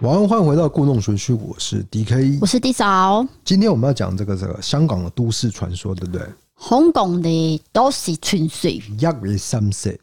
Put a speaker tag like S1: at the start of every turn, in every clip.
S1: 晚安，欢迎回到故弄玄虚，我是 D K。
S2: 我是地嫂。
S1: 今天我们要讲这个这个香港的都市传说，对不对？
S2: 红拱的都是纯粹，
S1: 亚为三岁，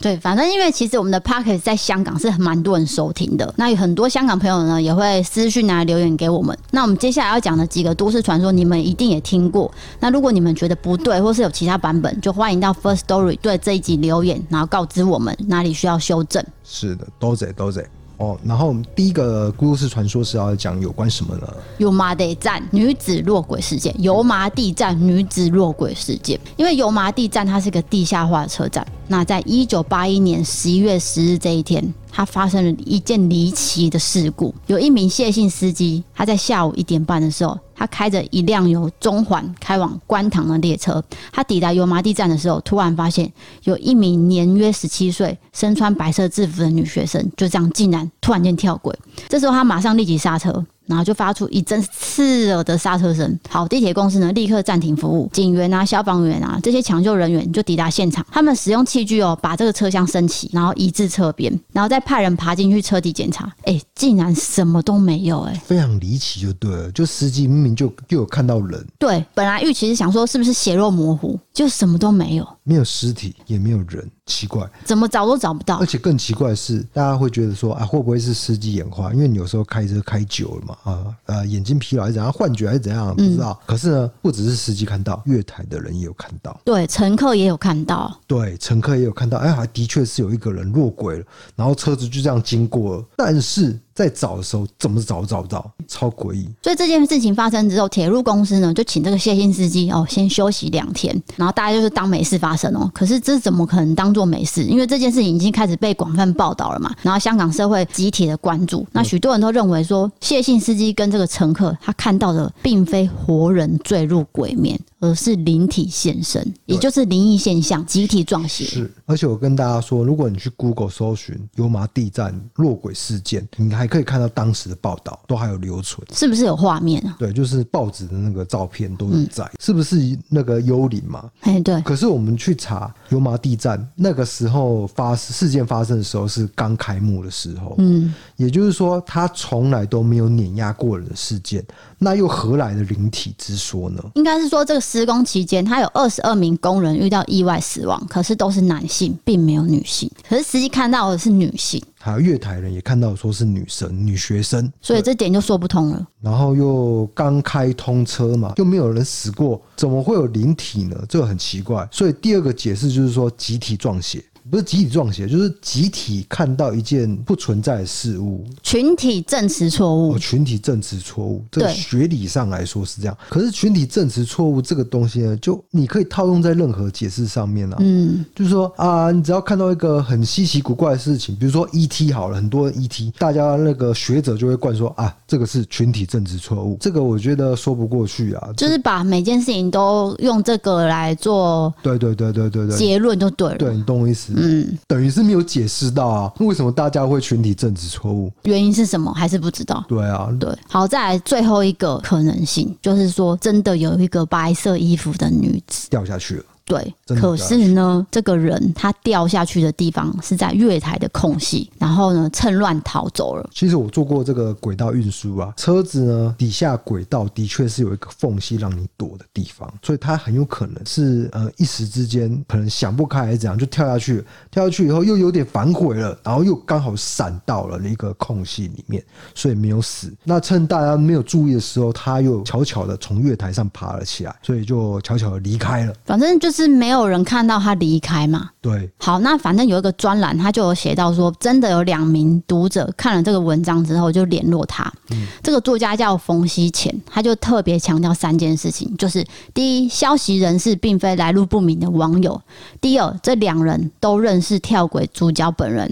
S2: 对，反正因为其实我们的 p o c k e t 在香港是蛮多人收听的，那有很多香港朋友呢也会私讯来留言给我们。那我们接下来要讲的几个都市传说，你们一定也听过。那如果你们觉得不对，或是有其他版本，就欢迎到 First Story 对这一集留言，然后告知我们哪里需要修正。
S1: 是的，多贼多贼哦。然后我们第一个故事传说是要讲有关什么呢？
S2: 油麻地站女子落鬼事件，油麻地站女子落鬼事件，因为油麻地站它是个地下化的车站。那在一九八一年十一月十日这一天，它发生了一件离奇的事故。有一名谢姓司机，他在下午一点半的时候，他开着一辆由中环开往观塘的列车，他抵达油麻地站的时候，突然发现有一名年约十七岁、身穿白色制服的女学生，就这样竟然突然间跳轨。这时候他马上立即刹车，然后就发出一阵刺耳的刹车声。好，地铁公司呢立刻暂停服务，警员啊、消防员啊这些抢救人员就抵达现场，他们使用器具哦把这个车厢升起，然后移至侧边，然后再派人爬进去车底检查，哎，竟然什么都没有哎、
S1: 非常离奇，就对了。就司机明明就就有看到人，
S2: 对，本来预期是想说是不是血肉模糊，就什么都没有，
S1: 没有尸体，也没有人，奇怪。
S2: 怎么找都找不到
S1: 而。且更奇怪的是，大家会觉得说啊，会不会是司机眼花？因为你有时候开车开久了嘛，啊呃，眼睛疲劳还是怎样，幻觉还是怎样，不知道。可是呢，不只是司机看到，月台的人也有看到。
S2: 对，乘客也有看到，
S1: 对，乘客也有看到，哎，还的确是有一个人落轨了，然后车子就这样经过了，但是在找的时候怎么找都找不到，超诡异。
S2: 所以这件事情发生之后，铁路公司呢就请这个谢姓司机哦先休息两天，然后大家就是当没事发生哦。可是这怎么可能当做没事？因为这件事情已经开始被广泛报道了嘛，然后香港社会集体的关注，那许多人都认为说谢姓司机跟这个乘客他看到的并非活人坠入鬼面，而是灵体现身，也就是灵异现象集体撞邪。
S1: 是，而且我跟大家说，如果你去 Google 搜寻油麻地站落轨事件，你还可以看到当时的报道，都还有留存。
S2: 是不是有画面啊？
S1: 对，就是报纸的那个照片都有在，是不是那个幽灵嘛？
S2: 哎，对，
S1: 可是我们去查油麻地站，那个时候发事件发生的时候是刚开幕的时候，嗯，也就是说，他从来都没有碾压过人的事件，那又何来的灵体之说呢？
S2: 应该是说，这个施工期间，他有二十二名工人遇到意外死亡，可是都是男性，并没有女性。可是实际看到的是女性，
S1: 还有月台人也看到说是女生、女学生，
S2: 所以这点就说不通了。
S1: 然后又刚开通车嘛，又没有人死过，怎么会有灵体呢？这个很奇怪。所以第二个解释就是说集体撞邪，不是集体撞邪，就是集体看到一件不存在的事物，
S2: 群体证实错误
S1: 哦，，群体证词错误，这个
S2: 对
S1: 学理上来说是这样。可是群体证词错误这个东西呢，就你可以套用在任何解释上面啊。
S2: 嗯，
S1: 就是说啊，你只要看到一个很稀奇古怪的事情，比如说 ET 好了，很多 ET，大家那个学者就会灌说啊，这个是群体政治错误，这个我觉得说不过去啊。
S2: 就是把每件事情都用这个来做
S1: 对对对对对对，
S2: 结论就对了。
S1: 对你懂我意思，
S2: 嗯，
S1: 等于是没有解释到啊，为什么大家会群体政治错误？
S2: 原因是什么还是不知道。
S1: 对啊，
S2: 对，好，再来最后一个可能性，就是说真的有一个白色衣服的女子。
S1: 掉下去了。
S2: 对，
S1: 真的
S2: 可
S1: 掉下
S2: 是呢，这个人他掉下去的地方是在月台的空隙，然后呢趁乱逃走了。
S1: 其实我做过这个轨道运输啊，车子呢底下轨道的确是有一个缝隙让你躲的地方，所以它很有可能是呃一时之间可能想不开还是怎样就跳下去了，跳下去以后又有点反悔了，然后又刚好闪到了一个空隙里面，所以没有死。那趁大家没有注意的时候，他又悄悄的从月台上爬了起来，所以就悄悄的离开了。
S2: 反正就是没有人看到他离开嘛。
S1: 对，
S2: 好，那反正有一个专栏，他就有写到说，真的有两名读者看了这个文章之后就联络他。这个作家叫冯熙乾，他就特别强调三件事情，就是第一，消息人士并非来路不明的网友；第二，这两人都认识跳轨主角本人；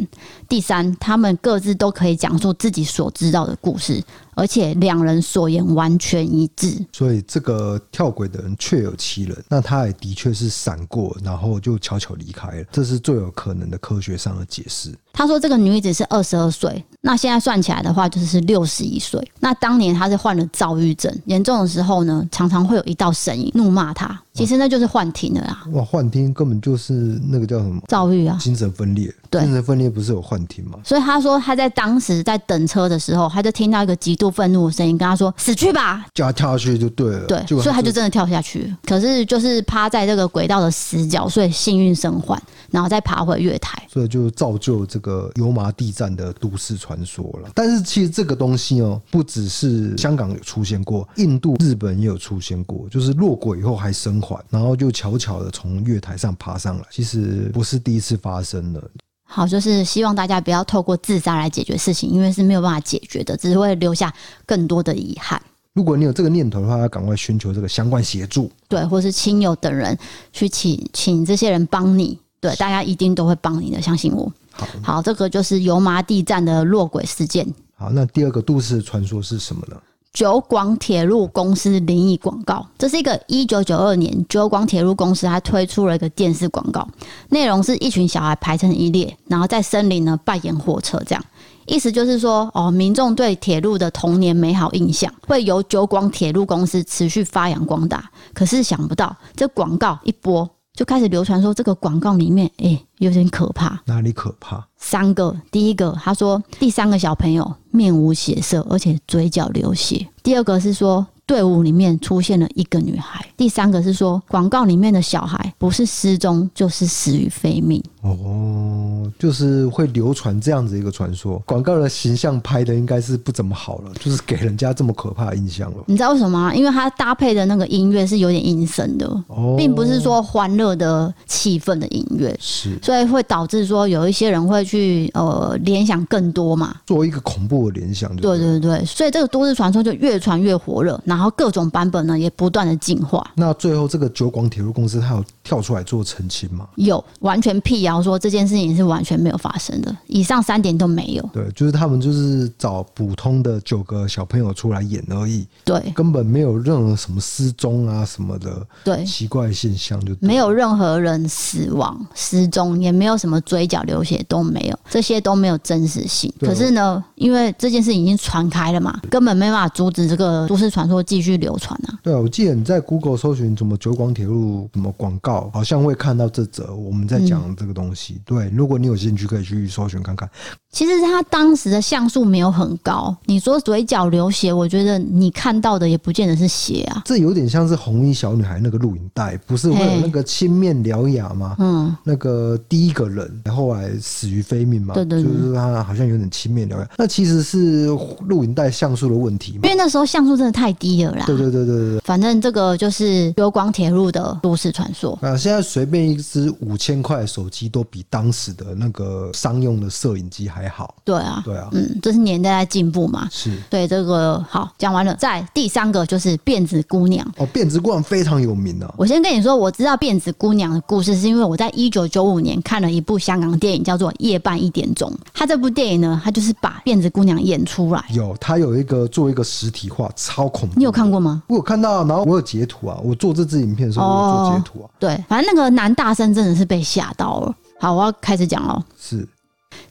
S2: 第三，他们各自都可以讲述自己所知道的故事，而且两人所言完全一致。
S1: 所以这个跳轨的人确有其人，那他也的确是闪过，然后就悄悄离开了，这是最有可能的科学上的解释。
S2: 他说这个女子是二十二岁，那现在算起来的话就是六十一岁。那当年她是患了躁郁症，严重的时候呢，常常会有一道声音怒骂她，其实那就是幻听了啦，
S1: 哇，幻听根本就是那个叫什么
S2: 躁郁啊。
S1: 精神分裂，
S2: 对
S1: 精神分裂不是有幻听吗？
S2: 所以他说他在当时在等车的时候，他就听到一个极度愤怒的声音，跟他说：“死去吧！”
S1: 叫他跳下去就对了，
S2: 对，
S1: 结果
S2: 所以他就真的跳下去了。可是就是趴在这个轨道的死角，所以幸运生还，然后再爬回月台。
S1: 所以就造就这个油麻地站的都市传说了。但是其实这个东西哦，不只是香港有出现过，印度、日本也有出现过，就是落轨以后还生还，然后就悄悄的从月台上爬上来。其实不是第一次发生了，
S2: 好，就是希望大家不要透过自杀来解决事情，因为是没有办法解决的，只会留下更多的遗憾。
S1: 如果你有这个念头的话，要赶快寻求这个相关协助。
S2: 对，或是亲友等人去请请这些人帮你，对，大家一定都会帮你的，相信我。
S1: 好
S2: 好，这个就是油麻地站的落轨事件，
S1: 好，那第二个都市传说是什么呢？
S2: 九广铁路公司灵异广告，这是一个一九九二年九广铁路公司它推出了一个电视广告，内容是一群小孩排成一列，然后在森林呢扮演火车，这样意思就是说，哦，民众对铁路的童年美好印象会由九广铁路公司持续发扬光大。可是想不到，这广告一播就开始流传说这个广告里面，诶、有点可怕，
S1: 哪里可怕？
S2: 三个，第一个他说第三个小朋友面无血色，而且嘴角流血。第二个是说队伍里面出现了一个女孩。第三个是说广告里面的小孩不是失踪就是死于非命。
S1: 哦，就是会流传这样子一个传说，广告的形象拍的应该是不怎么好了，就是给人家这么可怕的印象了。
S2: 你知道为什么吗？因为它搭配的那个音乐是有点阴森的，
S1: 哦，
S2: 并不是说欢乐的气氛的音乐。
S1: 是
S2: 所以会导致说有一些人会去呃联想更多嘛，
S1: 做一个恐怖的联想就
S2: 对
S1: 对了。
S2: 对对，所以这个都市传说就越传越火热，然后各种版本呢也不断的进化。
S1: 那最后这个九广铁路公司，它有跳出来做澄清吗？
S2: 有完全辟谣说这件事情是完全没有发生的，以上三点都没有。
S1: 对，就是他们就是找普通的九个小朋友出来演而已，
S2: 对
S1: 根本没有任何什么失踪啊什么的
S2: 对，
S1: 奇怪现象就，
S2: 没有。任何人死亡、失踪，也没有什么嘴角流血都没有，这些都没有真实性。
S1: 对
S2: 可是呢，因为这件事已经传开了嘛，根本没办法阻止这个都市传说继续流传啊。
S1: 对啊，我记得你在 Google 搜寻什么九广铁路什么广告，好像会看到这则我们在
S2: 嗯
S1: 讲这个东西。对，如果你有兴趣，可以去搜寻看看。
S2: 其实他当时的像素没有很高，你说嘴角流血，我觉得你看到的也不见得是血啊。
S1: 这有点像是红衣小女孩那个录影带，不是会有那个青面獠牙吗？
S2: 嗯，
S1: 那个第一个人后来死于非命嘛，
S2: 对对对
S1: 就是他好像有点青面獠牙，那其实是录影带像素的问题嘛
S2: 因。为那时候像素真的太低了啦。
S1: 对对对对对。
S2: 反正这个就是有广铁路的都市传说。
S1: 啊，现在随便一只五千块的手机都比当时的那个商用的摄影机还好。
S2: 对啊，
S1: 对啊，
S2: 嗯，这是年代在进步嘛。
S1: 是
S2: 对，这个好讲完了。再第三个就是辫子姑娘。
S1: 哦，辫子冠非常有名啊。
S2: 我先跟你说，我知道辫子姑娘的故事，是因为我在一九九五年看了一部香港电影，叫做《夜半一点钟》。它这部电影呢，它就是把辫子姑娘演出来。
S1: 有，它有一个做一个实体化，超恐怖。
S2: 你有看？过吗？
S1: 我有看到，然后我有截图啊。我做这支影片的
S2: 哦
S1: 时候，我有做截图啊。
S2: 对，反正那个男大生真的是被吓到了。好，我要开始讲喽。
S1: 是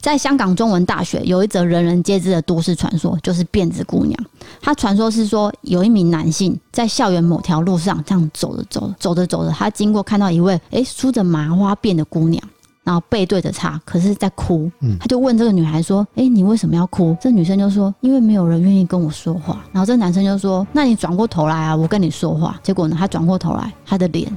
S2: 在香港中文大学有一则人人皆知的都市传说，就是辫子姑娘。她传说是说，有一名男性在校园某条路上这样走着走着走着走着，他经过看到一位诶梳着麻花辫的姑娘。然后背对着她，可是在哭
S1: 嗯。
S2: 他就问这个女孩说：“诶，你为什么要哭？”这女生就说：“因为没有人愿意跟我说话。”然后这男生就说：“那你转过头来啊，我跟你说话。”结果呢，他转过头来，他的脸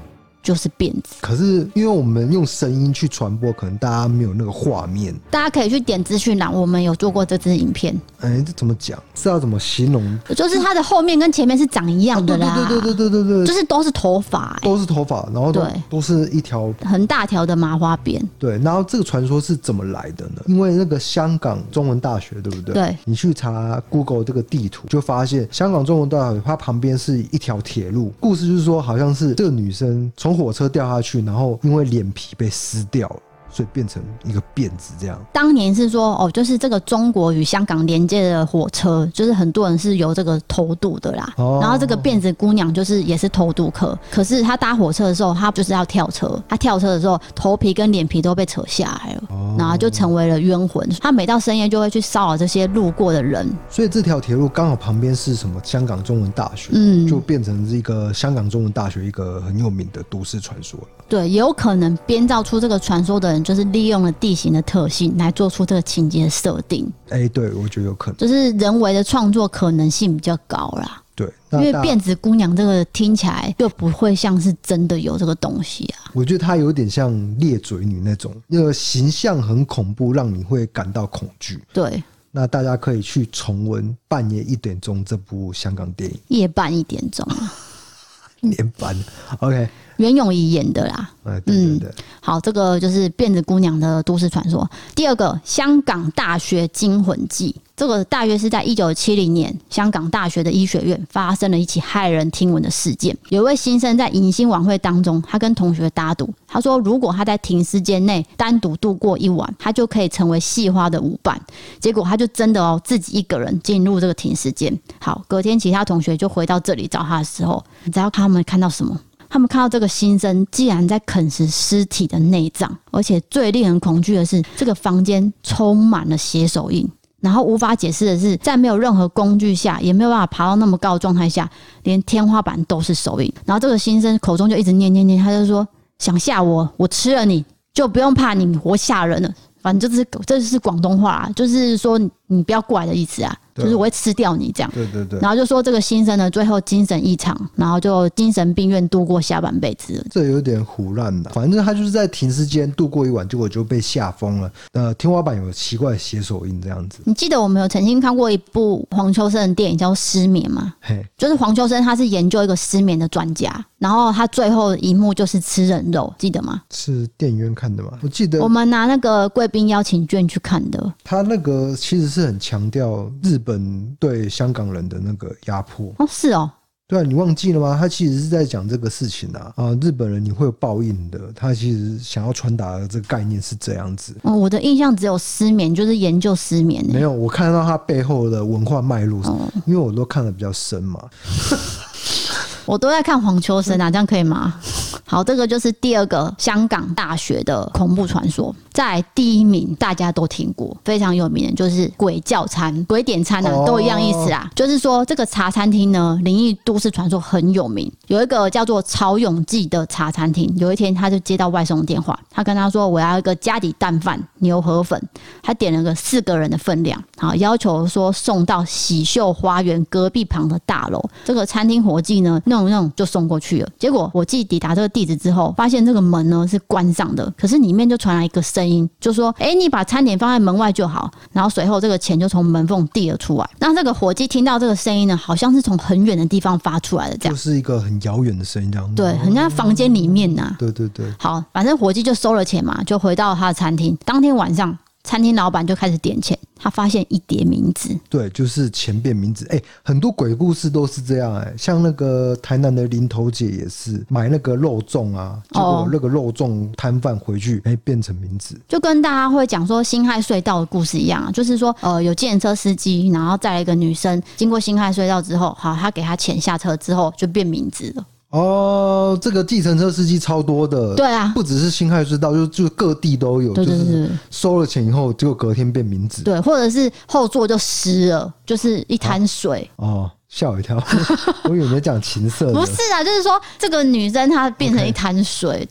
S2: 就是辫子。
S1: 可是因为我们用声音去传播，可能大家没有那个画面。
S2: 大家可以去点资讯栏，我们有做过这支影片。
S1: 哎、这怎么讲？是要怎么形容？
S2: 就是它的后面跟前面是长一样的
S1: 哦对
S2: 啦，
S1: 对对对对对对
S2: 就
S1: 对，
S2: 是都是头发、欸，
S1: 都是头发，然后都
S2: 对
S1: 都是一条
S2: 很大条的麻花辫。
S1: 对。然后这个传说是怎么来的呢？因为那个香港中文大学，对不对？
S2: 对。
S1: 你去查 Google 这个地图，就发现香港中文大学它旁边是一条铁路。故事就是说，好像是这个女生从火车掉下去，然后因为脸皮被撕掉了。所以变成一个辫子这样。
S2: 当年是说哦，就是这个中国与香港连接的火车，就是很多人是有这个偷渡的啦。
S1: 哦
S2: 然后这个辫子姑娘就是也是偷渡客，可是她搭火车的时候，她就是要跳车，她跳车的时候头皮跟脸皮都被扯下来了，
S1: 哦
S2: 然后就成为了冤魂。她每到深夜就会去骚扰这些路过的人，
S1: 所以这条铁路刚好旁边是什么？香港中文大学，
S2: 嗯
S1: 就变成是一个香港中文大学一个很有名的都市传说了。
S2: 对，也有可能编造出这个传说的人，就是利用了地形的特性来做出这个情节设定，
S1: 哎、对，我觉得有可能。
S2: 就是人为的创作可能性比较高啦。
S1: 对，
S2: 因
S1: 那
S2: 为
S1: 大
S2: 辫子姑娘这个听起来就不会像是真的有这个东西啊。
S1: 我觉得它有点像裂嘴女那种，那个形象很恐怖，让你会感到恐惧。
S2: 对，
S1: 那大家可以去重温《半夜一点钟》这部香港电影
S2: 夜半一点钟，啊
S1: 年 版。OK，
S2: 袁咏仪演的啦。
S1: 呃，对对对，
S2: 好，这个就是辫子姑娘的都市传说。第二个，香港大学惊魂记，这个大约是在一九七零年，香港大学的医学院发生了一起骇人听闻的事件。有一位新生在迎新晚会当中，他跟同学打赌，他说如果他在停尸间内单独度过一晚，他就可以成为系花的舞伴。结果他就真的哦，自己一个人进入这个停尸间。好，隔天其他同学就回到这里找他的时候，你知道他们看到什么？他们看到这个新生竟然在啃食尸体的内脏，而且最令人恐惧的是，这个房间充满了血手印。然后无法解释的是，在没有任何工具下，也没有办法爬到那么高的状态下，连天花板都是手印。然后这个新生口中就一直念念念，他就说：“想吓我，我吃了你就不用怕你活吓人了。”反正就是这是广东话啊，就是说你你不要过来的意思啊，
S1: 对
S2: 就是我会吃掉你这样。
S1: 对对对。
S2: 然后就说这个新生呢，最后精神异常，然后就精神病院度过下半辈子。
S1: 这有点胡乱的，反正他就是在停尸间度过一晚，结果就被吓疯了。呃，天花板有奇怪的血手印这样子，
S2: 你记得我们有曾经看过一部黄秋生的电影叫《失眠》吗？
S1: 嘿，
S2: 就是黄秋生他是研究一个失眠的专家，然后他最后一幕就是吃人肉，记得吗？
S1: 是电影院看的吗？我记得
S2: 我们拿那个贵宾邀请券去看的，
S1: 他那个其实是很强调日本对香港人的那个压迫，
S2: 哦，是哦，
S1: 对啊，你忘记了吗？他其实是在讲这个事情啊啊，日本人你会有报应的，他其实想要传达的这个概念是这样子。
S2: 嗯，我的印象只有失眠，就是研究失眠、
S1: 没
S2: 欸。
S1: 有，我看到他背后的文化脉络，
S2: 哦，
S1: 因为我都看的比较深嘛。
S2: 我都在看黄秋生啊，这样可以吗？好，这个就是第二个香港大学的恐怖传说，在第一名大家都听过，非常有名的就是鬼教餐、鬼点餐啊
S1: 哦，
S2: 都一样意思啦。就是说这个茶餐厅呢，灵异都市传说很有名，有一个叫做曹永记的茶餐厅，有一天他就接到外送电话，他跟他说我要一个家里蛋饭、牛河粉，他点了个四个人的分量，好要求说送到喜秀花园隔壁旁的大楼。这个餐厅伙计呢，弄一弄就送过去了。结果伙计抵达这个地址之后，发现这个门呢是关上的，可是里面就传来一个声音，就说：“哎、你把餐点放在门外就好。”然后随后这个钱就从门缝递了出来。那这个伙计听到这个声音呢，好像是从很远的地方发出来的，这
S1: 就
S2: 样
S1: 是一个很遥远的声音，这样
S2: 对，很像房间里面呐、
S1: 对对对，
S2: 好，反正伙计就收了钱嘛，就回到他的餐厅。当天晚上，餐厅老板就开始点钱，他发现一叠名字，
S1: 对，就是前边名字。哎、很多鬼故事都是这样、哎，像那个台南的林头姐也是买那个肉粽啊，结果
S2: 哦
S1: 那个肉粽摊贩回去，哎、变成名字。
S2: 就跟大家会讲说辛亥隧道的故事一样啊，就是说，呃，有计程车司机，然后载了一个女生经过辛亥隧道之后，好，他给她钱下车之后就变名字了。
S1: 哦，这个计程车司机超多的，
S2: 对啊，
S1: 不只是辛亥隧道，就就各地都有，
S2: 对对
S1: 呃就
S2: 对
S1: 是
S2: 对
S1: 收了钱以后，结果隔天变名字。
S2: 对，或者是后座就湿了，就是一滩水。
S1: 哦，吓我一跳， 我以为你在讲情色
S2: 不
S1: 呢。
S2: 是啊，就是说这个女生她变成一滩水，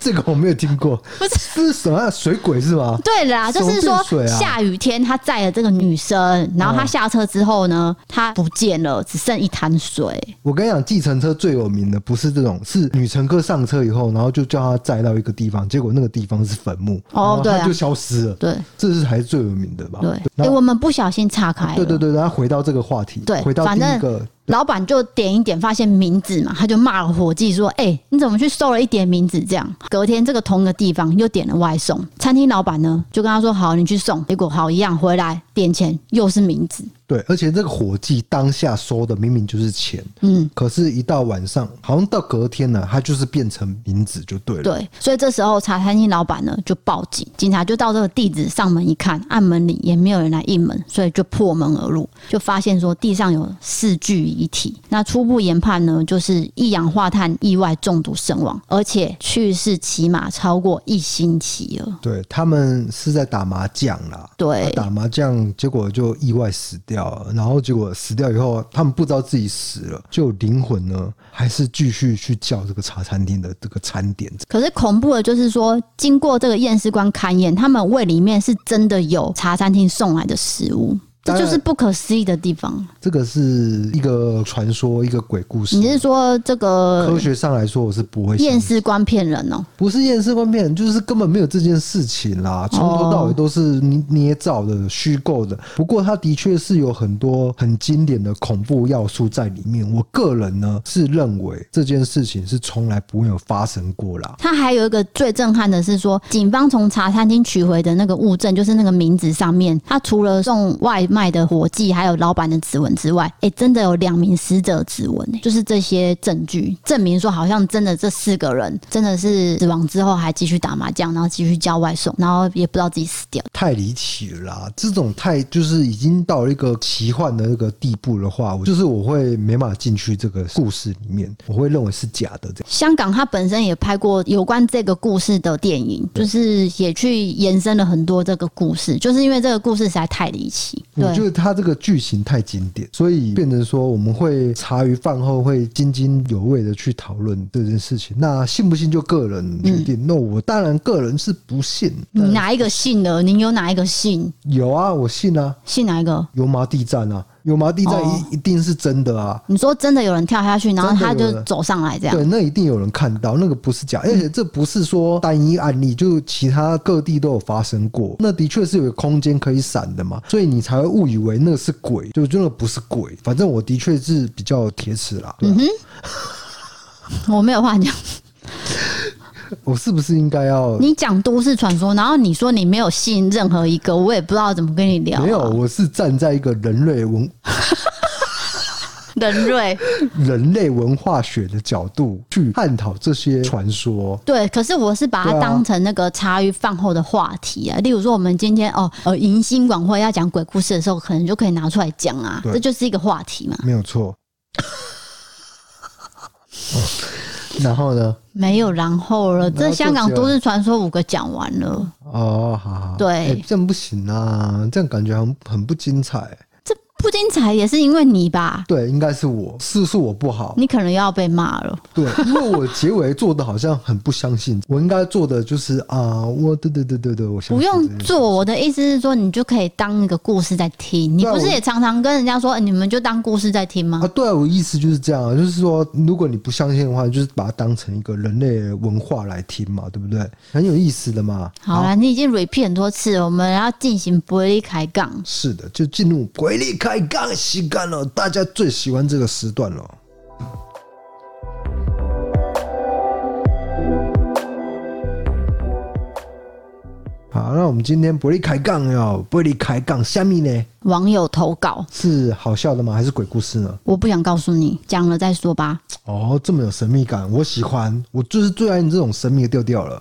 S1: 这个我没有听过，
S2: 不是
S1: 是什么啊水鬼是吗？
S2: 对啦，
S1: 什
S2: 就
S1: 么
S2: 是说
S1: 变水啊嗯
S2: 下雨天他载了这个女生，然后他下车之后呢，他不见了，只剩一滩水。
S1: 我跟你讲，计程车最有名的不是这种，是女乘客上车以后，然后就叫她载到一个地方，结果那个地方是坟墓，
S2: 哦
S1: 然后
S2: 对啊
S1: 她就消失了。
S2: 对
S1: 这是还是最有名的吧？
S2: 对，哎、
S1: 然后
S2: 我们不小心岔开了。
S1: 对对对，然后回到这个话题，
S2: 对
S1: 回到
S2: 反
S1: 第一
S2: 正
S1: 个，
S2: 老板就点一点，发现名字嘛，他就骂了伙计说：“哎、你怎么去收了一点名字？”这样，隔天这个同个地方又点了外送，餐厅老板呢就跟他说：“好，你去送。”结果好一样回来点钱又是名字，
S1: 对，而且这个伙计当下收的明明就是钱，
S2: 嗯，
S1: 可是，一到晚上，好像到隔天呢、他就是变成名字就对了。
S2: 对，所以这时候茶餐厅老板呢就报警，警察就到这个地址上门一看，按门铃也没有人来应门，所以就破门而入，就发现说地上有四具遗体。那初步研判呢，就是一氧化碳意外中毒身亡，而且去世起码超过一星期了。
S1: 对，他们是在打麻将啦。
S2: 对
S1: 啊打麻将，结果就意外死掉了。然后结果死掉以后，他们不知道自己死了，就灵魂呢还是继续去叫这个茶餐厅的这个餐点。
S2: 可是恐怖的就是说，经过这个验尸官勘验，他们胃里面是真的有茶餐厅送来的食物。这
S1: 当然
S2: 就是不可思议的地方。
S1: 这个是一个传说，一个鬼故事。
S2: 你是说这个
S1: 科学上来说，我是不会
S2: 验
S1: 信，
S2: 尸官骗人哦、
S1: 不是验尸观片，就是根本没有这件事情啦，从头到
S2: 哦
S1: 尾都是捏捏造的、虚构的。不过它的确是有很多很经典的恐怖要素在里面。我个人呢是认为这件事情是从来不会有发生过啦。
S2: 他还有一个最震撼的是说，警方从茶餐厅取回的那个物证，就是那个名字上面，他除了送外卖的伙计还有老板的指纹之外，哎、真的有两名死者指纹、诶就是这些证据证明说，好像真的这四个人真的是死亡之后还继续打麻将，然后继续叫外送，然后也不知道自己死掉。
S1: 太离奇了啦！这种太就是已经到了一个奇幻的那个地步的话，我就是我会没办法进去这个故事里面，我会认为是假的这样。
S2: 香港它本身也拍过有关这个故事的电影，就是也去延伸了很多这个故事，就是因为这个故事实在太离奇。对
S1: 我觉。得它这个剧情太经典，所以变成说我们会茶余饭后会津津有味的去讨论这件事情。那信不信就个人决定。
S2: 嗯
S1: 那我当然个人是不信，
S2: 你哪一个信呢？您有哪一个信？
S1: 有啊，我信啊，
S2: 信哪一个？
S1: 油麻地站啊，油麻地站一、
S2: 哦
S1: 一定是真的啊。
S2: 你说真的有人跳下去，然后他
S1: 真的有
S2: 就
S1: 人
S2: 走上来这样嗯
S1: 对，？那一定有人看到，那个不是假，而且这不是说单一案例，就其他各地都有发生过。那的确是有个空间可以闪的嘛，所以你才会误以为那个是鬼，就真的不是鬼。反正我的确是比较铁齿啦，
S2: 嗯
S1: 对啊
S2: 我没有话讲，
S1: 我是不是应该要？
S2: 你讲都市传说，然后你说你没有信任何一个，我也不知道怎么跟你聊啊、
S1: 没有，我是站在一个人类文
S2: 人瑞
S1: 人类文化学的角度去探讨这些传说。
S2: 对，可是我是把它
S1: 对啊
S2: 当成那个茶余饭后的话题啊。例如说，我们今天哦呃迎新晚会要讲鬼故事的时候，可能就可以拿出来讲啊，
S1: 对
S2: 这就是一个话题嘛。
S1: 没有错。 然后呢？
S2: 没有然后了，
S1: 然
S2: 这
S1: 后
S2: 香港
S1: 嗯就只有
S2: 都市传说五个讲完了，
S1: 哦，好好，
S2: 对
S1: 哎这样不行啊，这样感觉很很不精彩。
S2: 这不精彩也是因为你吧？
S1: 对，应该是我，是是我不好。
S2: 你可能又要被骂了。
S1: 对，因为我结尾做的好像很不相信，我应该做的就是啊，我对对对对对，我相信
S2: 不用
S1: 这件事
S2: 做，我的意思是说，你就可以当一个故事在听。你
S1: 对啊
S2: 不是
S1: 我
S2: 也常常跟人家说，呃你们就当故事在听吗
S1: 啊，？对啊，我意思就是这样啊，就是说，如果你不相信的话，就是把它当成一个人类文化来听嘛，对不对？很有意思的嘛。
S2: 好啦，你已经 repeat 很多次了，我们要进行不离开杠。
S1: 是的，就进入鬼力开杠洗干了，大家最喜欢这个时段了。好，那我们今天不力开杠哟，不力开杠，下面呢
S2: 网友投稿，
S1: 是好笑的吗？还是鬼故事呢？
S2: 我不想告诉你，讲了再说吧。
S1: 哦，这么有神秘感，我喜欢，我就是最爱你这种神秘的调调了。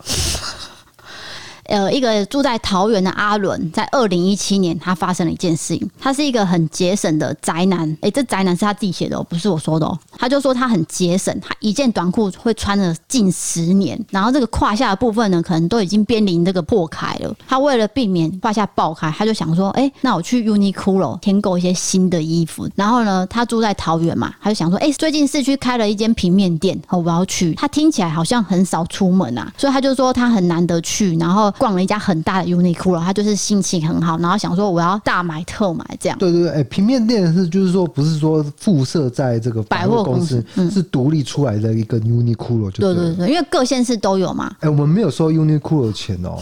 S2: 呃，一个住在桃园的阿伦，在二零一七年，他发生了一件事情。他是一个很节省的宅男，诶、这宅男是他自己写的、哦，不是我说的哦。他就说他很节省，他一件短裤会穿了近十年，然后这个胯下的部分呢，可能都已经濒临这个破开了。他为了避免胯下爆开，他就想说，诶、那我去 Uniqlo 添购一些新的衣服。然后呢，他住在桃园嘛，他就想说，诶、最近市区开了一间平面店，哦，我要去。他听起来好像很少出门啊，所以他就说他很难得去，然后逛了一家很大的 Uniqlo，他就是心情很好，然后想说我要大买特买这样。
S1: 对对对，哎、平面店是就是说不是说附设在这个百
S2: 百货
S1: 货
S2: 公嗯
S1: 公司，是独立出来的一个 Uniqlo 就
S2: 对
S1: 对了
S2: 对对，因为各县市都有嘛，
S1: 哎、我们没有收 Uniqlo 的钱哦，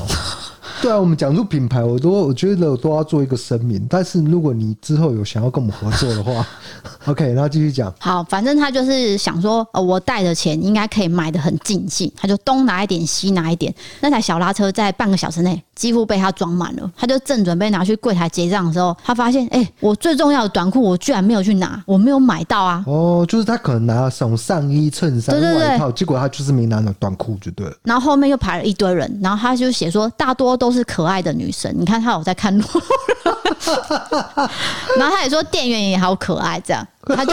S1: 对啊，我们讲出品牌，我都我觉得我都要做一个声明。但是如果你之后有想要跟我们合作的 话，OK，然后继续讲。
S2: 好，反正他就是想说，呃，我带的钱应该可以买的很尽兴，他就东拿一点，西拿一点。那台小拉车在半个小时内几乎被他装满了，他就正准备拿去柜台结账的时候，他发现，哎、我最重要的短裤我居然没有去拿，我没有买到啊。
S1: 哦，就是他可能拿了什么上衣、衬衫、
S2: 对对对
S1: 外套，结果他就是没拿那短裤，就对了。
S2: 然后后面又排了一堆人，然后他就写说大多都是可爱的女生，你看他有在看路人， 然后他也说店员也好可爱，这样他就，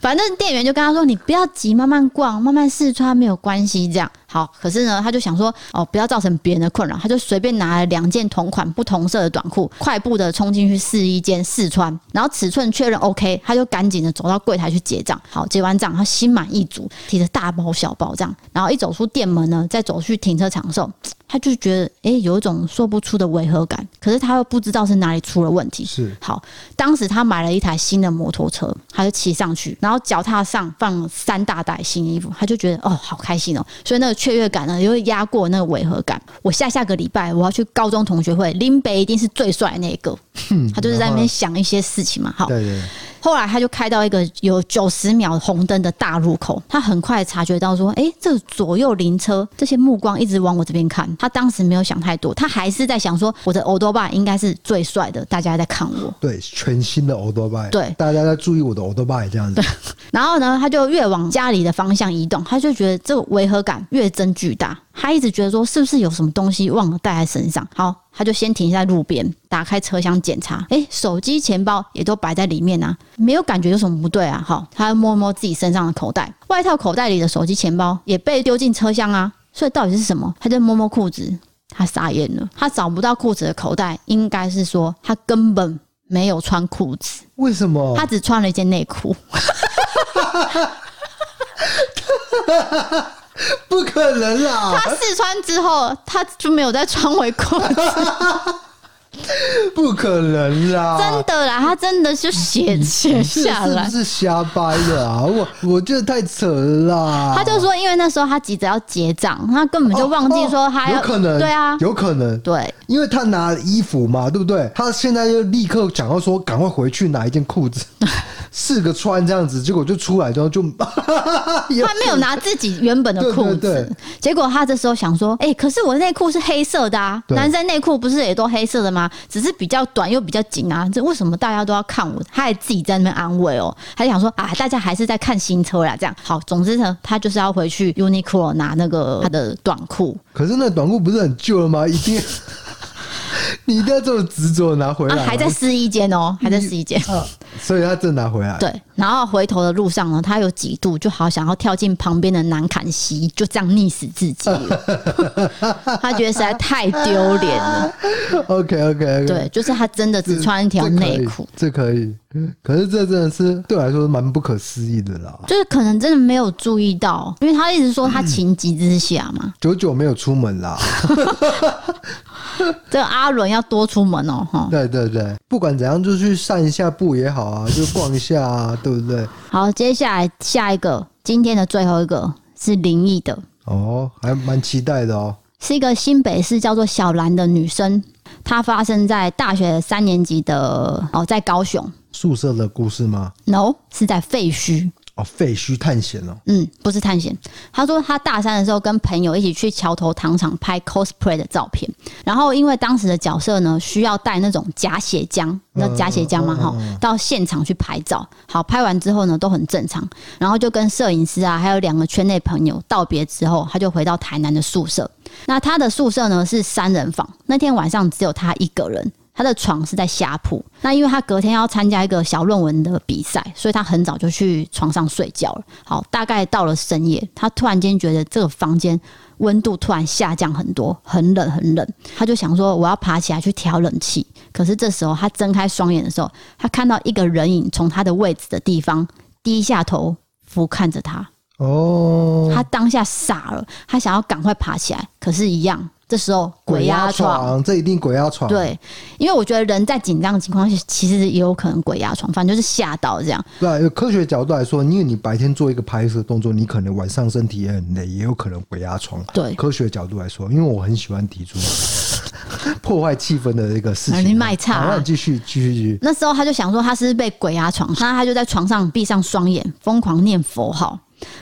S2: 反正店员就跟他说你不要急，慢慢逛，慢慢试穿没有关系，这样好。可是呢，他就想说哦，不要造成别人的困扰，他就随便拿了两件同款不同色的短裤，快步的冲进去试衣间试穿，然后尺寸确认 OK，他就赶紧的走到柜台去结账。好，结完账他心满意足，提着大包小包这样，然后一走出店门呢，再走去停车场的时候，他就觉得诶、有一种说不出的违和感，可是他又不知道是哪里出了问题。
S1: 是
S2: 好，当时他买了一台新的摩托车，他就骑上去，然后脚踏上放了三大袋新衣服，他就觉得哦，好开心哦，所以那个雀跃感呢，又压过那个违和感。我下下个礼拜我要去高中同学会，林北一定是最帅的那一个，他就是在那边想一些事情嘛。好，
S1: 对对
S2: 后来他就开到一个有九十秒红灯的大路口，他很快察觉到说，诶，这左右邻车这些目光一直往我这边看。他当时没有想太多，他还是在想说，我的欧多巴应该是最帅的，大家在看我。
S1: 对，全新的 o d o b i
S2: 对
S1: 大家在注意我的 o d o b i 这样子。
S2: 然后呢，他就越往家里的方向移动，他就觉得这个违和感越增巨大。他一直觉得说，是不是有什么东西忘了带在身上？好，他就先停在路边，打开车厢检查，诶，手机、钱包也都摆在里面啊，没有感觉有什么不对啊。好，他又摸摸自己身上的口袋，外套口袋里的手机、钱包也被丢进车厢啊。所以到底是什么？他就摸摸裤子，他傻眼了，他找不到裤子的口袋，应该是说他根本没有穿裤子。
S1: 为什么
S2: 他？只穿了一件内裤，
S1: 不可能啦！
S2: 他试穿之后，他就没有再穿回 裤子，
S1: 哦不可能啦！
S2: 真的啦，他真的就写写下
S1: 这
S2: 来
S1: 是。不是瞎掰的啊？我我觉得太扯了啦！
S2: 他就说，因为那时候他急着要结账，他根本就忘记说他要，
S1: 哦有可能，
S2: 对啊，
S1: 哦有可能，
S2: 对，
S1: 因为他拿了衣服嘛，对不对？他现在就立刻讲要说，赶快回去拿一件裤 子，四个穿这样子，结果就出来之后就，
S2: 他没有拿自己原本的裤子，
S1: 对对对
S2: 结果他这时候想说，哎、可是我内裤是黑色的啊，
S1: 对
S2: 男生内裤不是也都黑色的吗？只是比较短又比较紧啊，这为什么大家都要看我？他还自己在那边安慰哦，还想说啊，大家还是在看新车啦，这样好。总之呢，他就是要回去 Uniqlo 拿那个他的短裤，
S1: 可是那短裤不是很旧了吗？一定， 你一定要这么执着拿回来
S2: 啊
S1: 吗、，
S2: 还在试衣间哦，还在试衣间。
S1: 啊， 所以他真的拿回来，
S2: 对，然后回头的路上呢，他有几度就好想要跳进旁边的南坎溪，就这样溺死自 己了。他觉得实在太丢脸了。
S1: ，OK OK OK，
S2: 对，就是他真的只穿一条内裤，
S1: 这可以，这可以可是这真的是对我来说蛮不可思议的啦。
S2: 就是可能真的没有注意到，因为他一直说他情急之下嘛，
S1: 久久没有出门啦，
S2: 这个阿伦要多出门哦，哈。
S1: 对对对，不管怎样就去散一下步也好 啊，就逛一下啊，对不对？
S2: 好，接下来下一个，今天的最后一个是灵异的，
S1: 哦，还蛮期待的哦。
S2: 是一个新北市叫做小兰的女生，她发生在大学三年级的哦，在高雄
S1: 宿舍的故事吗？
S2: ，no 是在废墟。
S1: 哦，废墟探险哦，
S2: 嗯，不是探险。他说他大三的时候跟朋友一起去桥头糖厂拍 cosplay 的照片，然后因为当时的角色呢需要带那种假血浆，你知道假血浆吗？哈、到现场去拍照。好，拍完之后呢都很正常，然后就跟摄影师啊还有两个圈内朋友道别之后，他就回到台南的宿舍。那他的宿舍呢是三人房，那天晚上只有他一个人。他的床是在下铺，那因为他隔天要参加一个小论文的比赛，所以他很早就去床上睡觉了。好，大概到了深夜，他突然间觉得这个房间温度突然下降很多，很冷很冷，他就想说我要爬起来去调冷气。可是这时候他睁开双眼的时候，他看到一个人影从他的位置的地方低下头俯瞰着他。
S1: 哦，
S2: 嗯他当下傻了，他想要赶快爬起来，可是，一样，这时候鬼压床，
S1: 床，这一定鬼压床。，
S2: 对，因为我觉得人在紧张的情况下，其实也有可能鬼压床，反正就是吓到这样。
S1: 对啊，有科学角度来说，因为你白天做一个拍摄动作，你可能晚上身体也很累，也有可能鬼压床。啊
S2: 对
S1: 科学角度来说，因为我很喜欢提出 破坏气氛的一个事
S2: 啊
S1: 情。
S2: 你卖差啊
S1: 好那你继续继续继续。
S2: 那时候他就想说他是不是被鬼压床，那他就在床上闭上双眼，疯狂念佛号。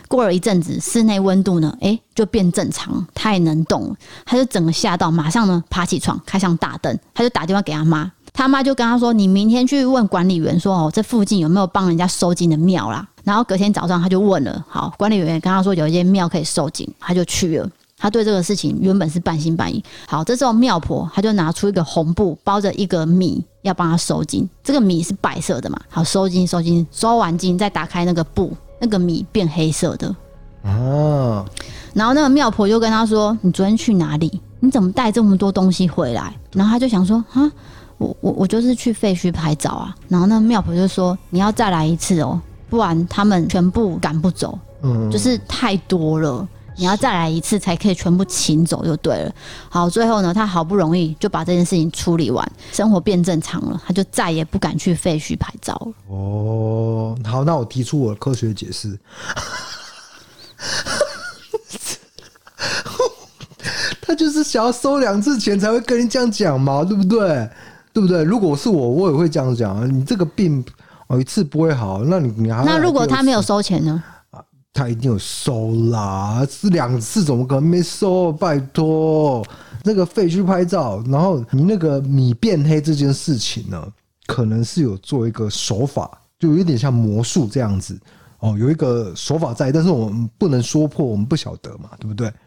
S2: 过了一阵子，室内温度呢，诶，就变正常，他也能动了，他就整个吓到，马上呢爬起床，开箱大灯，他就打电话给他妈，他妈就跟他说：“你明天去问管理员说，哦，这附近有没有帮人家收金的庙啦？”然后隔天早上他就问了，好，管理员跟他说有一间庙可以收金，他就去了。他对这个事情原本是半信半疑。好，这时候庙婆她就拿出一个红布包着一个米，要帮他收金。这个米是白色的嘛？好，收金收金，收完金再打开那个布，那个米变黑色的。
S1: 啊，
S2: 然后那个庙婆就跟他说：“你昨天去哪里？你怎么带这么多东西回来？”然后他就想说：“啊，我我我就是去废墟拍照啊。”然后那个庙婆就说：“你要再来一次哦，不然他们全部赶不走。”
S1: 嗯，
S2: 就是太多了，你要再来一次才可以全部请走就对了。好，最后呢，他好不容易就把这件事情处理完，生活变正常了，他就再也不敢去废墟拍照了。
S1: 哦，好，那我提出我的科学解释。 他就是想要收两次钱才会跟你这样讲嘛，对不对？对不对？如果是我，我也会这样讲啊。你这个病哦，一次不会好，那你你还要
S2: 那如果他没
S1: 有，
S2: 有收钱呢？
S1: 他一定有收啦，是两次怎么可能没收？拜托，那个废墟拍照，然后你那个米变黑这件事情呢，可能是有做一个手法，就有点像魔术这样子哦，有一个手法在，但是我们不能说破，我们不晓得嘛，对不对？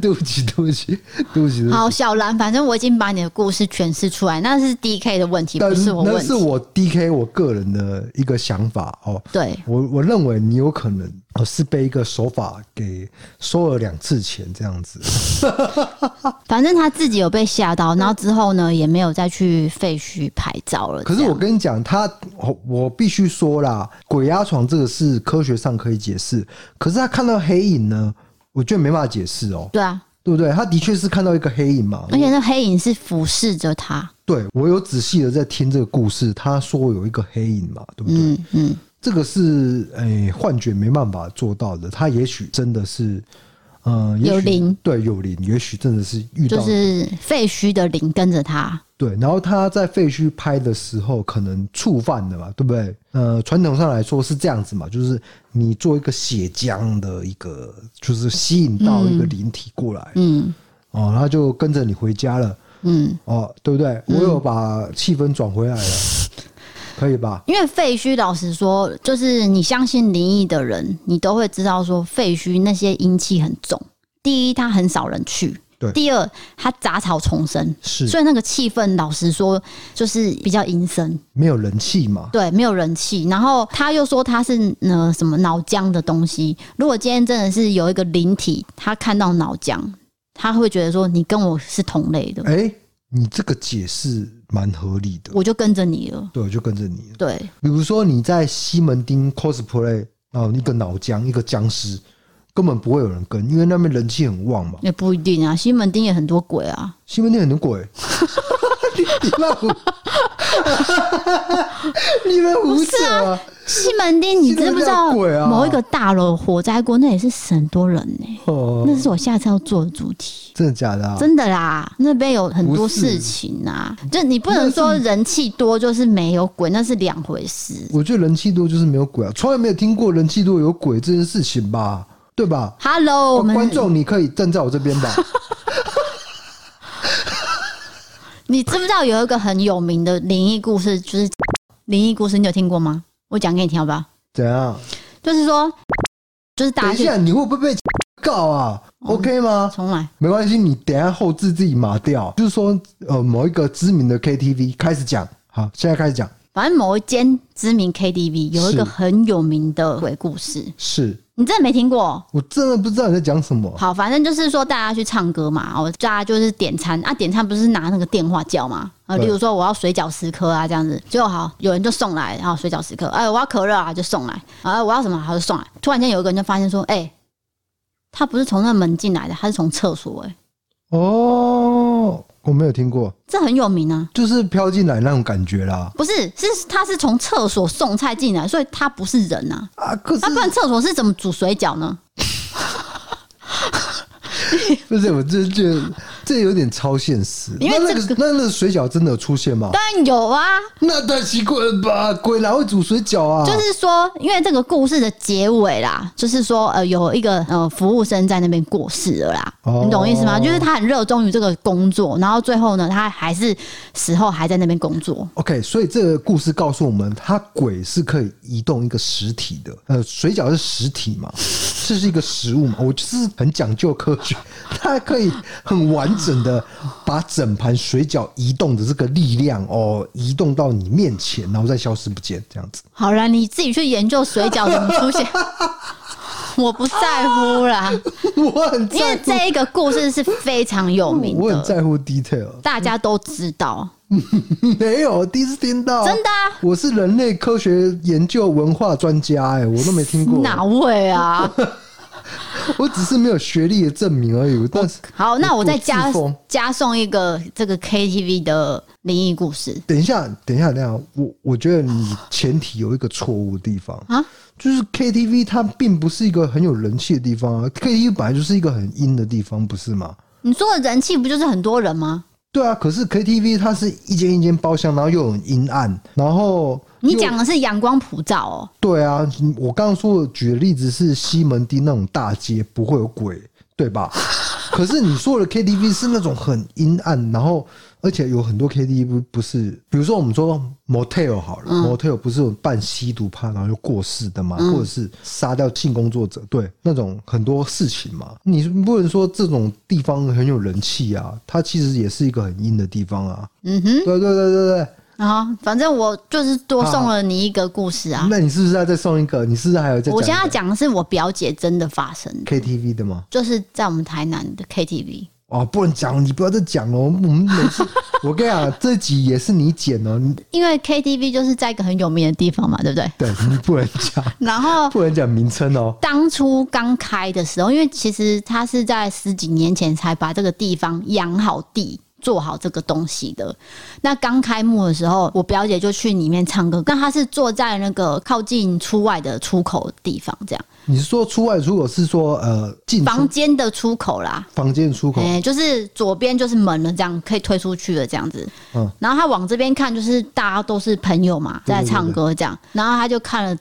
S1: 对不起，对不起，对不起，对不起
S2: 好，小兰，反正我已经把你的故事诠释出来，那是 D K 的问题，
S1: 但
S2: 不是我
S1: 那
S2: 问
S1: 是
S2: 题。
S1: 我 DK 我个人的一个想法哦。
S2: 对，
S1: 我我认为你有可能呃是被一个手法给收了两次钱这样子，
S2: 反正他自己有被吓到，然后之后呢，也没有再去废墟拍照了。
S1: 可是
S2: 这
S1: 我
S2: 样
S1: 跟你讲，他我我必须说啦，鬼压床这个是科学上可以解释，可是他看到黑影呢，我觉得没办法解释哦，
S2: 对啊，
S1: 对不对？他的确是看到一个黑影嘛，
S2: 而且那黑影是俯视着他。
S1: 对我有仔细的在听这个故事，他说有一个黑影嘛，对不对？
S2: 嗯嗯，
S1: 这个是诶、幻觉没办法做到的，他也许真的是。嗯，也许
S2: 有灵
S1: 对有灵，也许真的是遇到
S2: 就是废墟的灵跟着他。
S1: 对，然后他在废墟拍的时候，可能触犯了嘛，对不对？呃，传统上来说是这样子嘛，就是你做一个血浆的一个，就是吸引到一个灵体过来，
S2: 嗯
S1: 哦，然后就跟着你回家了，
S2: 嗯，
S1: 哦，对不对？我有把气氛转回来了，可以吧？
S2: 因为废墟，老实说，就是你相信灵异的人，你都会知道说废墟那些阴气很重。第一，它很少人去；
S1: 对
S2: 第二，它杂草丛生，
S1: 是
S2: 所以那个气氛，老实说，就是比较阴森，
S1: 没有人气嘛？
S2: 对，没有人气。然后他又说他是呃什么脑浆的东西，如果今天真的是有一个灵体，他看到脑浆，他会觉得说你跟我是同类的，
S1: 哎、你这个解释蛮合理的，
S2: 我就跟着你了。
S1: 对，我就跟着你了。
S2: 对，
S1: 比如说你在西门町 cosplay 啊，一个脑浆，一个僵尸，根本不会有人跟，因为那边人气很旺嘛。
S2: 也不一定啊，西门町也很多鬼啊。
S1: 西门町很多 鬼，你你们胡 你们胡扯啊！
S2: 西门町，你知不知道
S1: 西门町有鬼啊
S2: 某一个大楼火灾过，那也是死很多人呢、
S1: 哦，
S2: 那是我下次要做的主题。
S1: 真的假的啊？
S2: 真的啦，那边有很多
S1: 不是
S2: 事情啊，就你不能说人气多就是没有鬼，那是两回事。
S1: 我觉得人气多就是没有鬼啊，从来没有听过人气多有鬼这件事情吧？对吧？
S2: Hello，我们
S1: 哦
S2: 哦
S1: 观众，你可以站在我这边 吧？
S2: 你知不知道有一个很有名的灵异故事，就是灵异故事，你有听过吗？我讲给你听好不好？
S1: 怎样？
S2: 就是说，就是大
S1: 等
S2: 家
S1: 一
S2: 去
S1: 下，你会不会被 告啊？OK
S2: 哦
S1: 吗？
S2: 重来，
S1: 没关系，你等一下后置自己码掉。就是说，呃，某一个知名的 KTV 开始讲，好，现在开始讲，
S2: 反正某一间知名 KTV 有一
S1: 是
S2: 个很有名的鬼故事，
S1: 是
S2: 你真的没听过？
S1: 我真的不知道你在讲什么。
S2: 好，反正就是说大家去唱歌嘛，哦，大家就是点餐啊，点餐不是拿那个电话叫嘛？啊，
S1: 对
S2: 例如说我要水饺十颗啊，这样子，结果好，有人就送来，然后水饺十啊颗，哎，我要可乐啊，就送来，啊，我要什么，他就送来。突然间有一个人就发现说，哎、他不是从那门进来的，他是从厕所、欸，哎，
S1: 哦，我没有听过，
S2: 这很有名啊。
S1: 就是飘进来那种感觉啦。
S2: 不是，是他是从厕所送菜进来，所以他不是人啊。
S1: 啊，可是
S2: 那不然厕所是怎么煮水饺呢？
S1: 不是，我就是觉得这有点超现实。
S2: 因为
S1: 那那
S2: 这
S1: 个那那个水饺真的有出现吗？
S2: 当然有啊，
S1: 那太奇怪了吧！鬼哪会煮水饺啊？
S2: 就是说，因为这个故事的结尾啦，就是说，呃，有一个呃服务生在那边过世了啦，
S1: 哦
S2: 你懂我意思吗？就是他很热衷于这个工作，然后最后呢，他还是死后还在那边工作。
S1: OK，所以这个故事告诉我们，它鬼是可以移动一个实体的。呃，水饺是实体嘛， 这是一个食物嘛，我就是很讲究科学， 它可以很完整的把整盘水饺移动的这个力量哦，移动到你面前，然后再消失不见，这样子。
S2: 好啦，你自己去研究水饺怎么出现， 我不在乎 啦，
S1: 我很
S2: 因
S1: 在
S2: 为这一个故事是非常有
S1: 乎，
S2: 名
S1: 我很
S2: 的，
S1: 在乎 detail，
S2: 大家都知道。
S1: 没有，我第一次听到，
S2: 真的啊
S1: 我是人类科学研究文化专家、哎，我都没听过，
S2: 哪 位啊？
S1: 我只是没有学历的证明而已，但是。
S2: 好，那我再加
S1: 我自封
S2: 加送一个这个 KTV 的灵异故事
S1: 等一下，等一下，等一下，我我觉得你前提有一个错误的地方，
S2: 啊。
S1: 就是 KTV 它并不是一个很有人气的地方啊，KTV 本来就是一个很阴的地方，不是吗？
S2: 你说的人气不就是很多人吗？
S1: 对啊，可是 KTV 它是一间一间包厢，然后又很阴暗，然后
S2: 你
S1: 又
S2: 讲的是阳光普照哦，
S1: 对啊，我刚刚说的举的例子是西门町那种大街不会有鬼，对 吧？可是你说的 KTV 是那种很阴暗，然后而且有很多 KTV 不是，比如说我们说 motel 好了、m
S2: 嗯
S1: o t e l 不是有办吸毒趴然后就过世的嘛，或者是杀掉性工作者，对那种很多事情嘛，你不能说这种地方很有人气啊，它其实也是一个很阴的地方啊。
S2: 嗯哼，
S1: 对对对对对，
S2: 啊，反正我就是多送了你一个故事啊。
S1: 那你是不是要再送一个？你是不是还嗯有再讲一个？
S2: 我现在讲的是我表姐真的发生的，
S1: KTV 的吗？
S2: 就是在我们台南的 KTV。
S1: 哦，不能讲，你不要再讲了。我们每次， 我跟你讲，这集也是你剪哦，你
S2: 因为 KTV 就是在一个很有名的地方嘛，对不对？
S1: 对你不能讲，
S2: 然后
S1: 不能讲名称哦。
S2: 当初刚开的时候，因为其实他是在十几年前才把这个地方养好地。做好这个东西的，那刚开幕的时候，我表姐就去里面唱歌。那她是坐在那个靠近出外的出口的地方，这样
S1: 你是说出外出口是说呃进出
S2: 房间的出口啦，
S1: 房间出口
S2: 哎、就是左边就是门了，这样可以推出去了，这样子。
S1: 嗯
S2: 然后他往这边看，就是大家都是朋友嘛，
S1: 对对
S2: 在唱歌这样。然后他就看了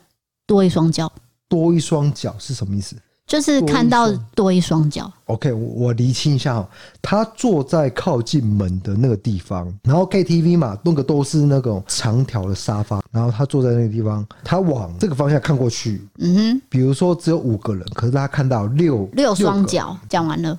S2: 多一双脚，
S1: 多一双脚是什么意思
S2: 就是看到多一双脚。
S1: ？OK，我我厘清一下哦，他坐在靠近门的那个地方，然后 KTV 嘛，那个都是那种长条的沙发，然后他坐在那个地方，他往这个方向看过去，
S2: 嗯哼，
S1: 比如说只有五个人，可是他看到六
S2: 六双
S1: 个
S2: 脚，讲完了。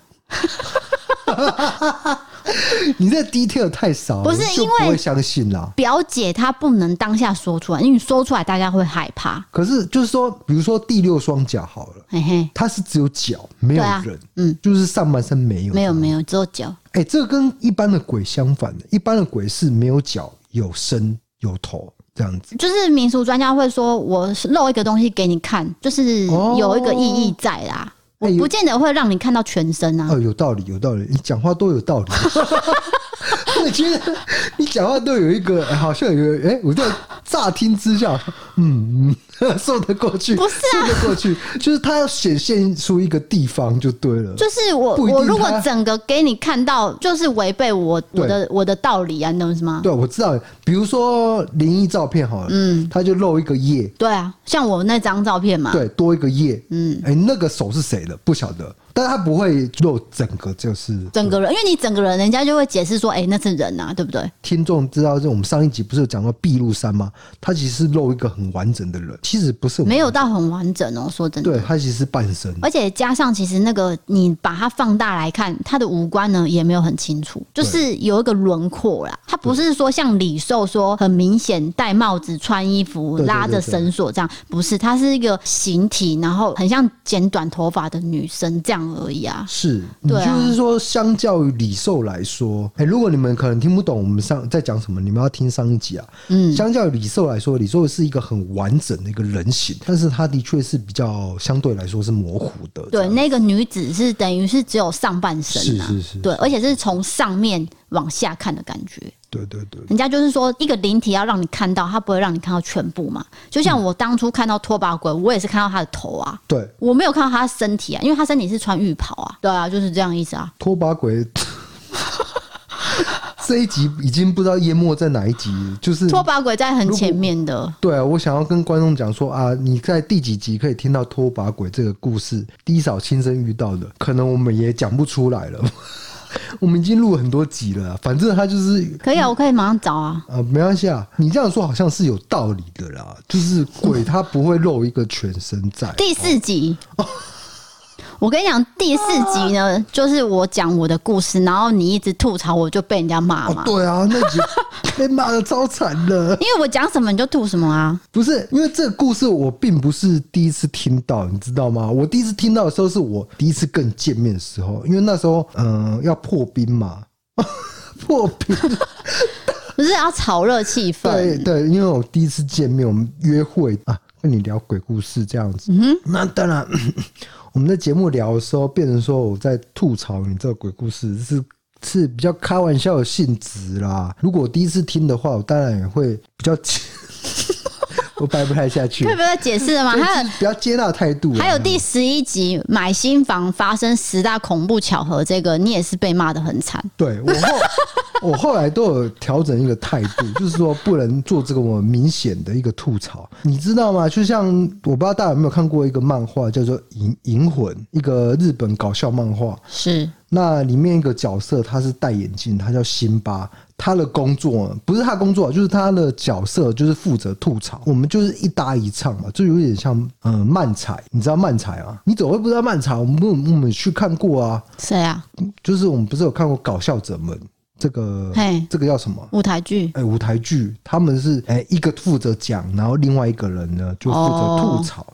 S1: 你这 detail 太少了，
S2: 不是
S1: 我就
S2: 因为
S1: 不会相信啦。
S2: 表姐她不能当下说出来，因为你说出来大家会害怕。
S1: 可是就是说，比如说第六双脚好了，
S2: 嘿嘿，
S1: 它是只有脚没有
S2: 对啊
S1: 人，
S2: 嗯，
S1: 就是上半身没有。
S2: 没有没有，只有脚。
S1: 哎、这个跟一般的鬼相反的，一般的鬼是没有脚、有身、有头这样子。
S2: 就是民俗专家会说，我露一个东西给你看，就是
S1: 哦
S2: 有一个意义在啦。
S1: 哎
S2: 我
S1: 有
S2: 不见得会让你看到全身啊，
S1: 哦，有道理，有道理，你讲话都有道理。我觉得你讲话都有一个，哎好像有哎、我在乍听之下，嗯，嗯 说得过去，
S2: 不是啊
S1: 说得过去，就是他要显现出一个地方就对了。
S2: 就是我
S1: 不一定
S2: 我如果
S1: 他
S2: 整个给你看到，就是违背我我的我的道理啊，你懂我意思吗？
S1: 对，我知道。比如说灵异照片好了，嗯，他就露一个叶，
S2: 对啊，像我那张照片嘛，
S1: 对，多一个叶，
S2: 啊嗯，
S1: 哎、那个手是谁的不晓得，但他不会露整个，就是
S2: 整个人，因为你整个人，人家就会解释说，哎、那是人啊，对不对？
S1: 听众知道，就我们上一集不是有讲到碧露山吗？他其实是露一个很完整的人，其实不是很
S2: 没有到很完整哦、说真的。
S1: 对，他其实是半身。
S2: 而且加上，其实那个你把它放大来看，它的五官呢也没有很清楚，就是有一个轮廓啦。它不是说像李寿说很明显戴帽子、穿衣服、
S1: 对对对
S2: 拉着绳索这样，不是，它是一个形体，然后很像剪短头发的女生这样样而已啊。
S1: 是你
S2: 对啊
S1: 就是说，相较于李寿来说，哎、如果你们可能听不懂我们上在讲什么，你们要听上一集啊。
S2: 嗯，
S1: 相较于李寿来说，李寿是一个很完整的一个人形，但是他的确是比较相对来说是模糊的。这
S2: 对，
S1: 样，
S2: 那个女子是等于是只有上半身啊，
S1: 是是是
S2: 对，而且是从上面往下看的感觉。
S1: 对对对，
S2: 人家就是说，一个灵体要让你看到，它不会让你看到全部嘛。就像我当初看到拖把鬼，我也是看到他的头啊，
S1: 对，
S2: 我没有看到他的身体啊，因为他身体是穿浴袍啊。对啊，就是这样意思啊。
S1: 拖把 鬼。这一集已经不知道淹没在哪一集，就是
S2: 拖把鬼在很前面的，
S1: 对啊，我想要跟观众讲说啊，你在第几集可以听到拖把鬼这个故事？低嫂亲身遇到的，可能我们也讲不出来了。 我们已经录很多集了啊，反正他就是
S2: 可以啊，我可以马上找啊。
S1: 啊，没关系啊。你这样说好像是有道理的啦，就是鬼他不会露一个全身在。
S2: 第四集。我跟你讲，第四集呢，就是我讲我的故事，然后你一直吐槽，我就被人家骂
S1: 哦
S2: 嘛，。
S1: 对啊，那集 被骂的超惨的。
S2: 因为我讲什么你就吐什么啊。
S1: 不是，因为这个故事我并不是第一次听到，你知道吗？我第一次听到的时候是我第一次跟见面的时候，因为那时候嗯、呃要破冰嘛， 破冰，
S2: 不是要炒热气
S1: 对
S2: 氛，
S1: 对，因为我第一次见面，我们约会啊，跟你聊鬼故事这样子，嗯、那当然，我们在节目聊的时候，变成说我在吐槽你这个鬼故事是。是比较开玩笑的性质啦。如果我第一次听的话，我当然也会比较， 我掰不太下去。
S2: 特别在解释了吗？还有
S1: 不要接纳态度啊。
S2: 还有第十一集买新房发生十大恐怖巧合，这个你也是被骂的很惨。
S1: 对我后我后来都有调整一个态度，就是说不能做这个我明显的一个吐槽，你知道吗？就像我不知道大家有没有看过一个漫画叫做《银银魂》，一个日本搞笑漫画。
S2: 是
S1: 那里面一个角色，他是戴眼镜，他叫辛巴。他的工作不是他工作，啊就是他的角色就是负责吐槽。我们就是一搭一唱嘛，就有点像嗯、呃漫才，你知道漫才啊？你怎么会不知道漫才？我们我们去看过啊，
S2: 谁啊？
S1: 就是我们不是有看过《搞笑者们》这个
S2: 嘿
S1: 这个叫什么？
S2: 舞台剧
S1: 哎、舞台剧他们是哎、一个负责讲，然后另外一个人呢就负责
S2: 哦
S1: 吐槽。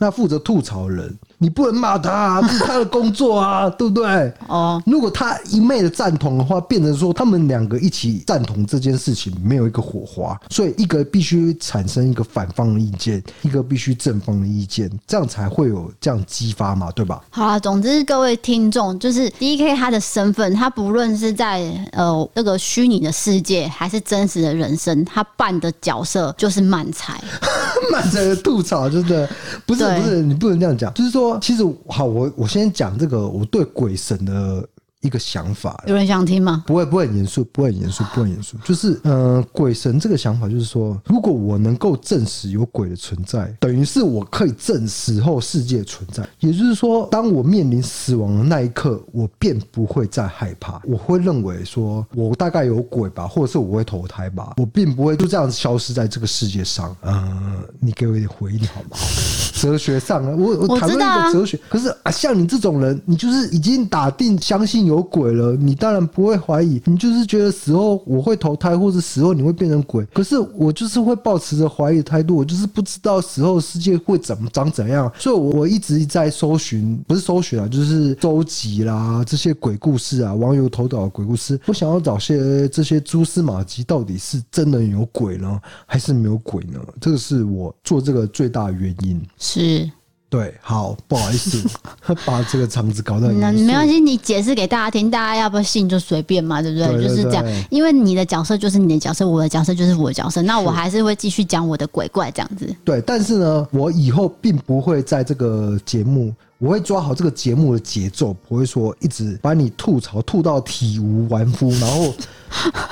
S1: 那负责吐槽的人，你不能骂他、 啊，这是他的工作啊，对不对？
S2: 哦，
S1: 如果他一昧的赞同的话，变成说他们两个一起赞同这件事情，没有一个火花，所以一个必须产生一个反方的意见，一个必须正方的意见，这样才会有这样激发嘛，对吧？
S2: 好啦，总之各位听众，就是 D K 他的身份，他不论是在呃那个虚拟的世界，还是真实的人生，他扮的角色就是漫才。
S1: 满着吐槽，真的不是
S2: 对
S1: 不是，你不能这样讲。就是说，其实好，我我先讲这个我对鬼神的一个想法啦
S2: 有人想听吗？
S1: 不会，不会很严肃，不会很严肃，不会很严肃。就是，呃，鬼神这个想法就是说，如果我能够证实有鬼的存在，等于是我可以证实后世界的存在。也就是说，当我面临死亡的那一刻，我便不会再害怕，我会认为说，我大概有鬼吧，或者是我会投胎吧，我并不会就这样消失在这个世界上。呃，你给我一点回应好吗？哲学上啊，我我
S2: 我
S1: 谈论
S2: 知道
S1: 一个
S2: 啊
S1: 哲学，可是啊，像你这种人，你就是已经打定相信有鬼了，你当然不会怀疑，你就是觉得死后我会投胎，或者死后你会变成鬼。可是我就是会抱持着怀疑的态度，我就是不知道死后世界会怎么长怎样，所以我我一直在搜寻，不是搜寻啊，就是收集啦这些鬼故事啊，网友投稿的鬼故事，我想要找些这些蛛丝马迹，到底是真的有鬼呢，还是没有鬼呢？这个是我做这个最大的原因。
S2: 是，
S1: 对，好，不好意思， 把这个场子搞得很
S2: 那
S1: 严肃
S2: 没关系，你解释给大家听，大家要不要信就随便嘛，对不对？
S1: 对对
S2: 就是这样
S1: 对，
S2: 因为你的角色就是你的角色，我的角色就是我的角色，那我还是会继续讲我的鬼怪这样子。
S1: 对，但是呢，我以后并不会在这个节目，我会抓好这个节目的节奏，不会说一直把你吐槽吐到体无完肤，然后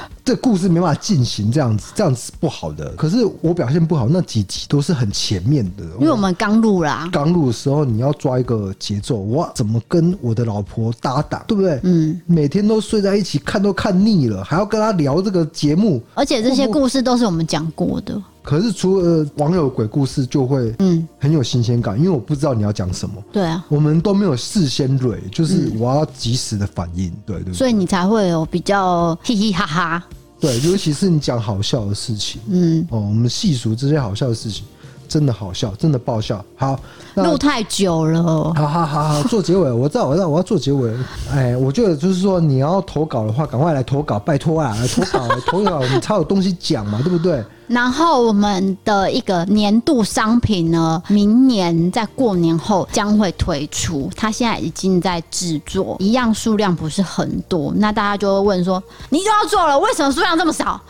S1: 这故事没办法进行，这样子这样子是不好的。可是我表现不好，那几集都是很前面的，
S2: 因为我们刚录啦，
S1: 刚录的时候，你要抓一个节奏，我怎么跟我的老婆搭档，对不对？嗯，每天都睡在一起，看都看腻了，还要跟她聊这个节目。
S2: 而且这些故事都是我们讲过的。
S1: 可是除了网友鬼故事，就会
S2: 嗯，
S1: 很有新鲜感，因为我不知道你要讲什么，
S2: 对啊，
S1: 我们都没有事先蕊，就是我要及时的反应，对对
S2: 嗯所以你才会有比较嘻嘻哈哈。
S1: 对，尤其是你讲好笑的事情，
S2: 嗯，
S1: 哦，我们细数这些好笑的事情。真的好笑，真的爆笑。好，那
S2: 录太久了，
S1: 好好好好，做结尾，我知道，我知道，我要做结尾。 哎，我觉得就是说，你要投稿的话，赶快来投稿，拜托 啊，来投稿，来投稿，我们才有东西讲嘛，对不对？
S2: 然后我们的一个年度商品呢，明年在过年后将会推出，它现在已经在制作，一样数量不是很多。那大家就会问说，你都要做了，为什么数量这么少？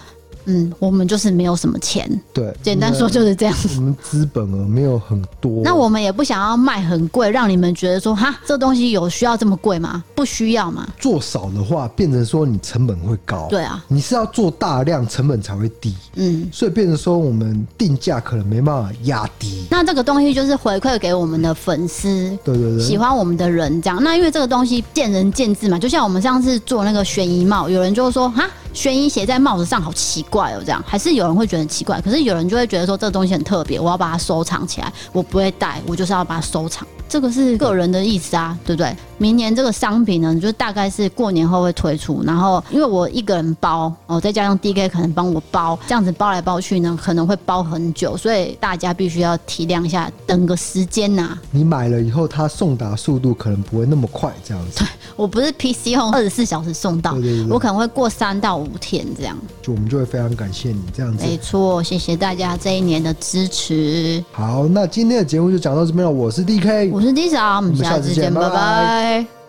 S2: 嗯，我们就是没有什么钱，
S1: 对，
S2: 简单说就是这样。
S1: 我们资本额没有很多。
S2: 那我们也不想要卖很贵，让你们觉得说哈，这东西有需要这么贵吗？不需要嘛。
S1: 做少的话，变成说你成本会高。
S2: 对啊，
S1: 你是要做大量，成本才会低。
S2: 嗯，
S1: 所以变成说，我们定价可能没办法压低。
S2: 那这个东西就是回馈给我们的粉丝。
S1: 对对
S2: 喜
S1: 对，
S2: 欢我们的人这样，那因为这个东西见仁见智嘛，就像我们上次做那个悬疑帽，有人就说哈，悬疑写在帽子上好奇怪哦，这样，还是有人会觉得很奇怪，可是有人就会觉得说这个东西很特别，我要把它收藏起来，我不会戴，我就是要把它收藏，这个是个人的意思啊，对不对？明年这个商品呢，就大概是过年后会推出，然后因为我一个人包哦，再加上 DK 可能帮我包，这样子包来包去呢，可能会包很久，所以大家必须要体谅一下，等个时间呐、
S1: 你买了以后，它送达速度可能不会那么快，这样子。
S2: 我不是 PC Home 二十四小时送到
S1: 对对对，
S2: 我可能会过三到五天这样。
S1: 就我们就会非常感谢你这样子。
S2: 没错，谢谢大家这一年的支持。
S1: 好，那今天的节目就讲到这边了。我是 DK，
S2: 我是 Lisa，我们
S1: 们下
S2: 下
S1: 次
S2: 次
S1: 见
S2: 见，
S1: 拜
S2: 拜
S1: 拜
S2: 拜。